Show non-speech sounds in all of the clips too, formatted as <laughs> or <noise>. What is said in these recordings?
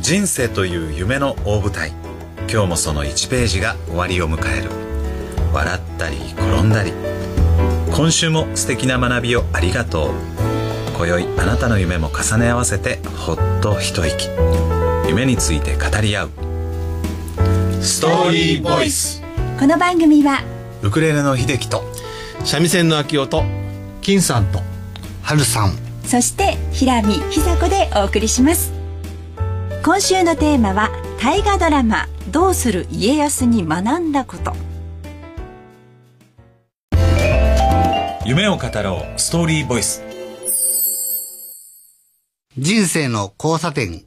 人生という夢の大舞台今日もその1ページが終わりを迎える笑ったり転んだり今週も素敵な学びをありがとう今宵あなたの夢も重ね合わせてほっと一息夢について語り合うストーリーボイスこの番組はウクレレの秀樹と三味線の秋音金さんと春さんそして平見ひさこでお送りします今週のテーマは大河ドラマ「どうする家康」に学んだこと夢を語ろうストーリーボイス人生の交差点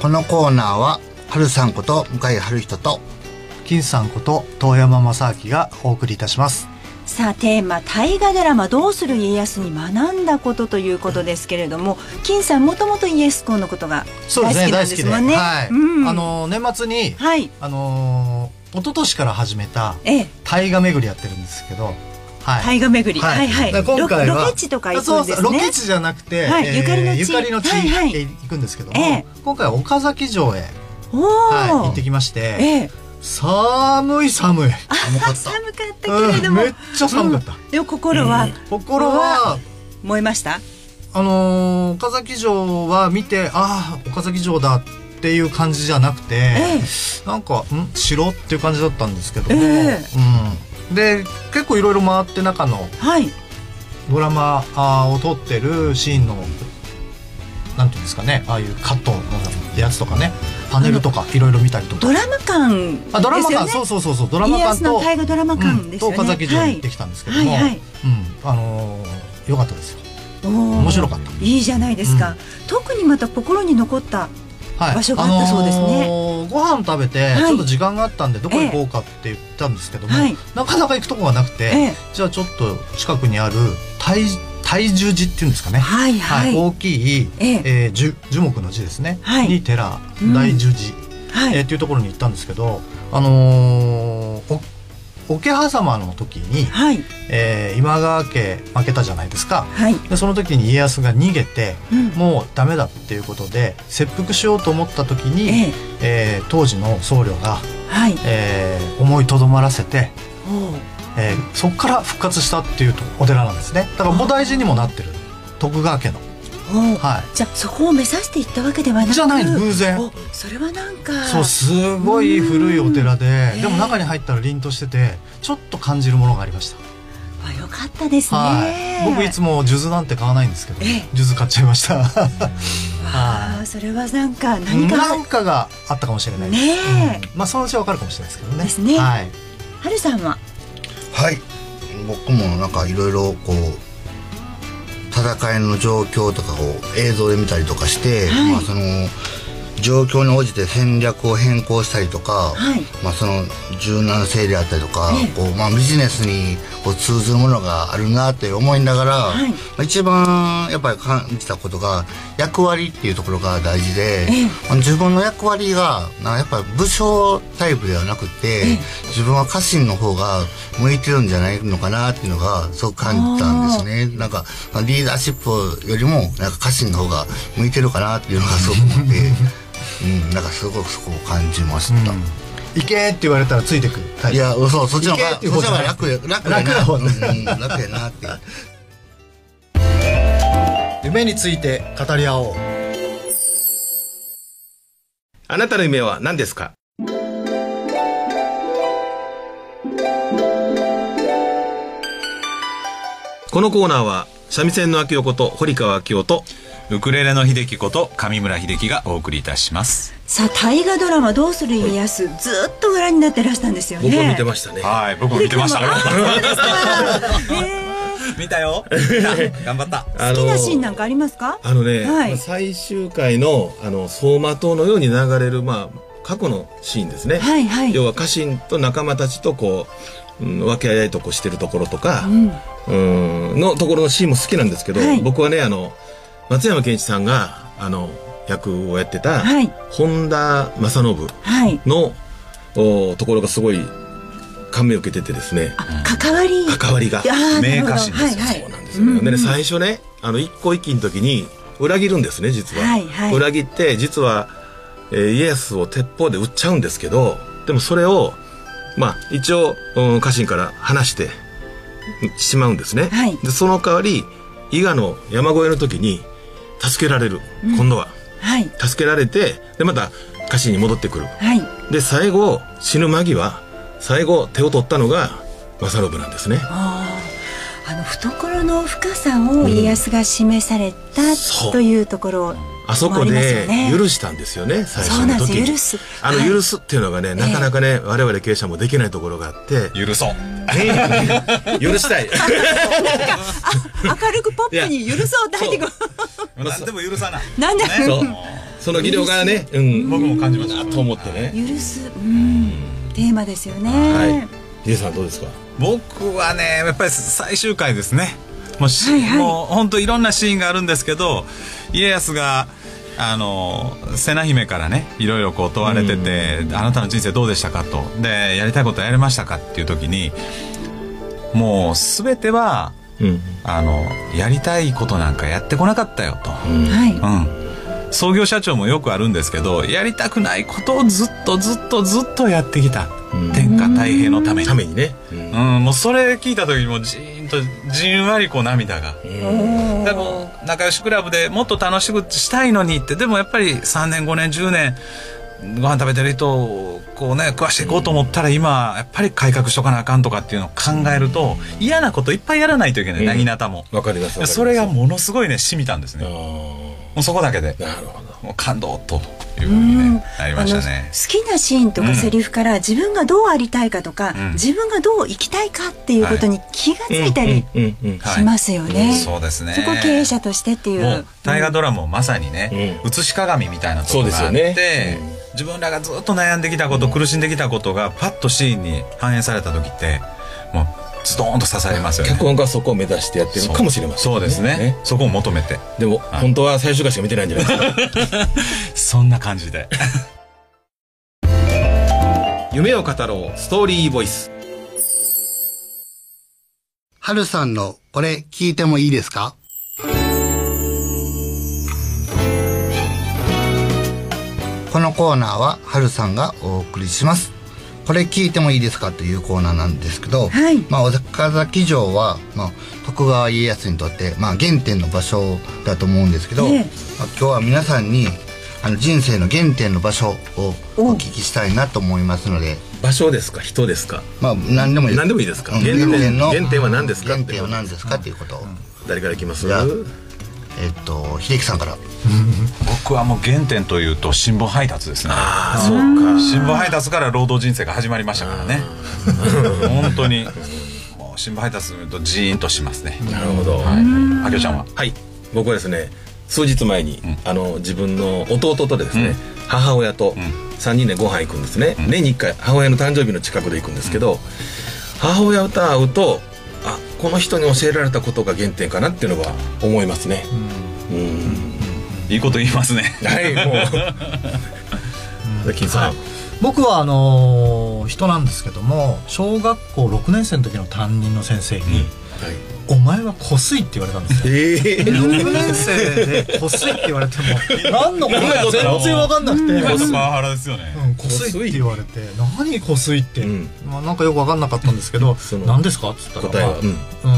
このコーナーは春さんこと向井春人と金さんこと遠山正明がお送りいたしますさあテーマ「大河ドラマどうする家康」に学んだことということですけれども金さんもともとイエス公のことが大好きなんですもんね。はい、うんあの年末に、はいあのー一昨年から始めたええ大河巡りやってるんですけど、はい、大河巡り、はい、はいだから今回はロロケ地とか行くんですね。そうそうロケ地じゃなくて、はいゆかりの地ゆかりの地はいはいへ行くんですけども、ええ今回は岡崎城へ、おお、はい、行ってきまして、ええ、寒い寒い、重かっ寒かったけれうどん、も、めっちゃ寒かった、でも心は心は燃えました。あのー岡崎城は見てああ岡崎城だっていう感じじゃなくて、えなんかん城っていう感じだったんですけども、えうん、で結構いろいろ回って中のはい、ドラマあーを撮ってるシーンのなんていうんですかねああいうカットのやつとかねパネルとかいろいろ見たりとかドラマ感ですよね。あドラマ感、そうそうそうそうドラマ家感康と,、の大河ドラマう感んですとよね。岡崎城はにい行ってきたんですけどはいも、はい。うん、あのー、よかったですよ面面白かった。いいじゃないですか。う特にまた心に残った。はい、場所があったそうですねあのーご飯食べてはいちょっと時間があったんでどこ行こうかって言ったんですけども、はいなかなか行くとこがなくて、ええじゃあちょっと近くにある体体重寺っていうんですかね、はいははいい。大きい、えええー樹樹木の字ですね、はいに寺うん大樹寺、はえーいっていうところに行ったんですけど、あのーお桶狭間の時に、はいえー今川家負けたじゃないですか。はい。でその時に家康が逃げてうんもうダメだっていうことで切腹しようと思った時に、えええー当時の僧侶が、はい。えー思いとどまらせて、おおえーそこから復活したっていうとお寺なんですねだから菩提寺にもなってる徳川家のおお。はじゃあそこを目指していったわけではなく。じゃない偶然おそれはなんか。いそうすごい古いお寺でうんでも中に入ったら凛としててちょっと感じるものがありました、あよかったですね。はい僕いつも数珠なんて買わないんですけどええ数珠買っちゃいました <laughs> わあそれはなんか何かなんかがあったかもしれないですねえうんまあそのうちはわかるかもしれないですけどねですねはいはるさんはたはい僕もなんかいろいろこう戦いの状況とかを映像で見たりとかして、はいまあその状況に応じて戦略を変更したりとか、はいまあ、その柔軟性であったりとか、ええこうまあ、ビジネスにこう通ずるものがあるなって思いながら、はいまあ一番やっぱり感じたことが役割っていうところが大事で、ええまあ自分の役割がなやっぱり武将タイプではなくて、自分は家臣の方が向いてるんじゃないのかなっていうのがすごく感じたんですねなんかまあリーダーシップよりもなんか家臣の方が向いてるかなっていうのがすごく思 <laughs> って。うん、なんかすごくそこを感じました。行けって言われたらついてくタイいプや、そう、そっちの方いけが、っていうそ方っちじのゃ方ながい楽楽や、楽やなな。方うんねうん楽やなって。夢について語り合おうあなたの夢は何ですかこのコーナーは三味線の秋横と堀川明夫とウクレレの秀樹こと上村秀樹がお送りいたしますさあ大河ドラマ「どうする家康」ずっとご覧になってらしたんですよね僕も見てましたね。はい僕も見てましたへ <laughs> 見た <laughs> よ頑張ったえあ好きなシーンのなんかありますかあのね、はいまあ最終回のあの走馬灯のように流れるまあ過去のシーンですね。はいはい要は家臣と仲間たちとこう、うん、分け合いとこしてるところとか、うんうんのところのシーンも好きなんですけど、はい僕はねあの松山ケンイチさんがあの役をやってた、はい本田正信はいのおところがすごい感銘を受けててですねあ関わり関わりがあーなるほど名家臣ですよはいそうはなんでですよね。でね最初ねあの一個一揆の時に裏切るんですね実は、はいはい裏切って実は、えーイエスを鉄砲で撃っちゃうんですけどでもそれをまあ一応、うん、家臣から話してしまうんですね。はいでその代わり伊賀の山越えの時に助けられる、今度ははい助けられてでまた家臣に戻ってくる。はいで最後死ぬ間際最後手を取ったのが正信なんですね。あーあの懐の深さを家康が示された、そうというところあそこもりますよでね許したんですよね、最そう初なのんです時に。許すあはの、い許すっていうのがね、なかなかね、我々経営者もできないところがあって、許そう <laughs> 許したい。明るくポップに許そう大輝く何でも許さないん <laughs> なんだ、そう。その技量がね、うん。僕も感じました。と思ってね。許すうんテーマですよね、はい。ヒデさんどうですか僕はねやっぱり最終回ですねもうし、はいはいもう本当いろんなシーンがあるんですけど家康があの瀬名姫からねいろいろこう問われてて、あなたの人生どうでしたかとでやりたいことやれましたかっていう時にもう全てはうん。あのやりたいことなんかやってこなかったよと、はいうん、創業社長もよくあるんですけどやりたくないことをずっとずっとずっとやってきた、天下太平のためにためにね。うん、もうそれ聞いた時にもうじーんとじんわりこう涙が、だからこう仲良しクラブでもっと楽しくしたいのにってでもやっぱり3年5年10年ご飯食べてる人をこうね食わしていこうと思ったら今やっぱり改革しとかなあかんとかっていうのを考えると嫌なこといっぱいやらないといけない、うんなぎなたもわかります。わかりますそれが。ものすごいねしみたんですあねもーうそこだけでなるほど。もう感動というふうに、ね、なりましたあのね好きなシーンとうかんセリフから自分がどうありたいかとか、うん自分がどう生きたいかっていうことに気がついたりうんうんうん。はいしますよね。そうですねそこ経営者としてっていう。もう大河ドラマもまさにね、う写し鏡みたいなところがあっそうて、ですよね自分らがずっと悩んできたこと、苦しんできたことがパッとシーンに反映された時ってもうズドーンと刺さりますよね脚本家はそこを目指してやってるかもしれません。そうですねそこを求めてでも、本当は最終回しか見てないんじゃないです <laughs> か。そんな感じで夢を語ろうストーリーボイスはるさんのこれ聞いてもいいですかこのコーナーははるさんがお送りします。これ聞いてもいいですかというコーナーなんですけど、はいまあ、岡崎城は、まあ、徳川家康にとって、まあ、原点の場所だと思うんですけど、ええまあ、今日は皆さんにあの人生の原点の場所をお聞きしたいなと思いますので、場所ですか人ですかまあ、何でもいい何でもいいですかうん原点の原点は何ですか原点は何ですかっていうことを。誰からいきますいやえっと、秀樹さ <laughs> んから。僕はもう原点というと新聞配達ですねああ、そうか。新聞配達から労働人生が始まりましたからね本当にもう新聞配達見るとジーンとしますねなるほど。あきょちゃんははい僕はですね数日前に、あの自分の弟とですね、母親と3人でご飯行くんですね、年に1回母親の誕生日の近くで行くんですけど、母親と会うとあこの人に教えられたことが原点かなっていうのは思いますねうんいいこと言いますねはいもう金さん、僕はあのー人なんですけども小学校6年生の時の担任の先生に「お前はこすい」って言われたんですよええ6年生で「こすい」って言われても <laughs> 何のことか全然わかんなくて今のパワハラですよねうん、こすいって言われて「何こすい」って、うんまあ、なんかよく分かんなかったんですけどそ「の何ですか?」っつったら答えは、うんまあうー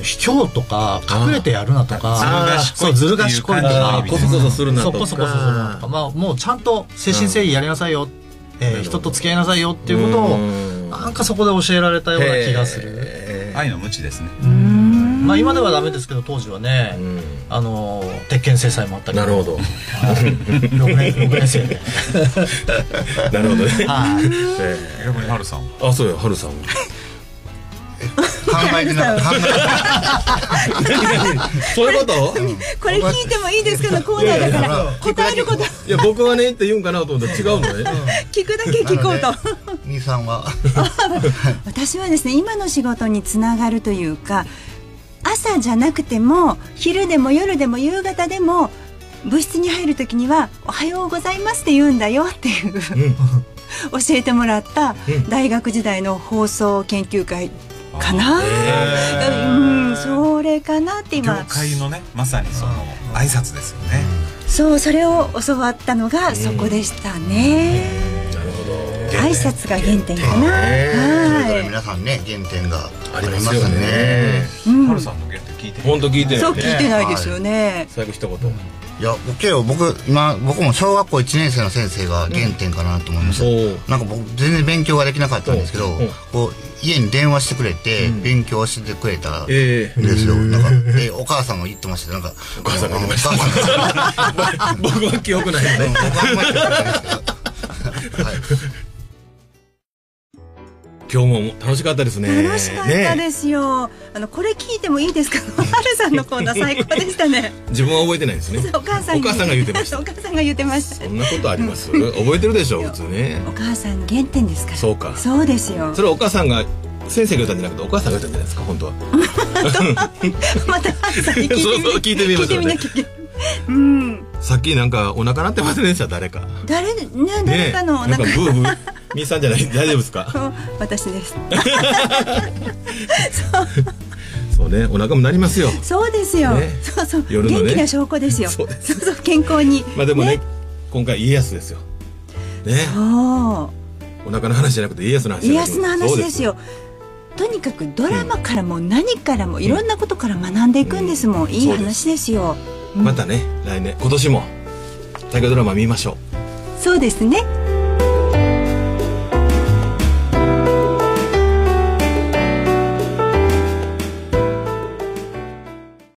ん卑怯とか隠れてやるなとかあーそうずる賢いとあかーこそこそするなとそかうこそこそするなとかまあもうちゃんと精神正義やりなさいよ、えー人と付き合いなさいよっていうことをうんなんかそこで教えられたような気がする、へえ愛の無知ですねまあ今ではダメですけど当時はね、うんあのー鉄拳制裁もあったりなるほど6年六年生でなるほどね、はいえ逆にハルさんはえあそうよ春 <laughs> さんも考えてな考そういうことこれ聞いてもいいですけどコーナーだから答えることいや僕はねって言うんかなと思ったら違うのね。聞くだけえて聞こうと。なので兄さんは。私はですね今の仕事につながるというか朝じゃなくても昼でも夜でも夕方でも部室に入る時には「おはようございます」って言うんだよっていう、教えてもらった大学時代の放送研究会かな、うんそれかなって業今界のねまさにその挨拶ですよねそうそれを教わったのがそこでしたね、なるほど挨拶が原点かな、それぞれは皆さんね原点があありりまますすよねね。い、うんハルさんの原点聞いて本当聞いてそうよ聞いねてないですよね、最後一言いやけど僕今僕も小学校1年生の先生が原点かなと思いました、おうなんか僕全然勉強ができなかったんですけど、うんうんこう家に電話してくれて勉強してくれたんでええすよ、なんかでお母さんが言ってましたなんかお母さんが言ってましたお母さんが <laughs> 僕は記憶ないよね僕はあんまり言ってないですけどはい今日も楽しかったですね楽しかったねですよ、あのこれ聞いてもいいですか <laughs> ハルさんのコーナー最高でした <laughs> ね自分は覚えてないですねお母さんにお母さんが言ってましたお母さんが言ってましたそんなことあります覚えてるでしょ普通ねお母さん原点ですからそうかそうですよそれはお母さんが先生が言ったんじゃなくてお母さんが言ったんじゃないですか本当は <laughs> またハルさんに聞いてみそうそう聞いてみましょう聞いてみねなきゃいけないうんさっきなんかお腹鳴ってませんでした誰かね誰ね誰かのおなんか腹ブーブーみーさんじゃない大丈夫ですかを私ですそうねお腹も鳴りますよそうですよ、ねそうそう、夜のね元気な証拠ですよそうですそうそう健康にまあでもね今回家康ですよねそうお腹の話じゃなくて家康の話家康の話ですよよとにかくドラマからも何からもいろんなことから学んでいくんですもん、いい話ですよまたね来年今年も大河ドラマ見ましょうそうですね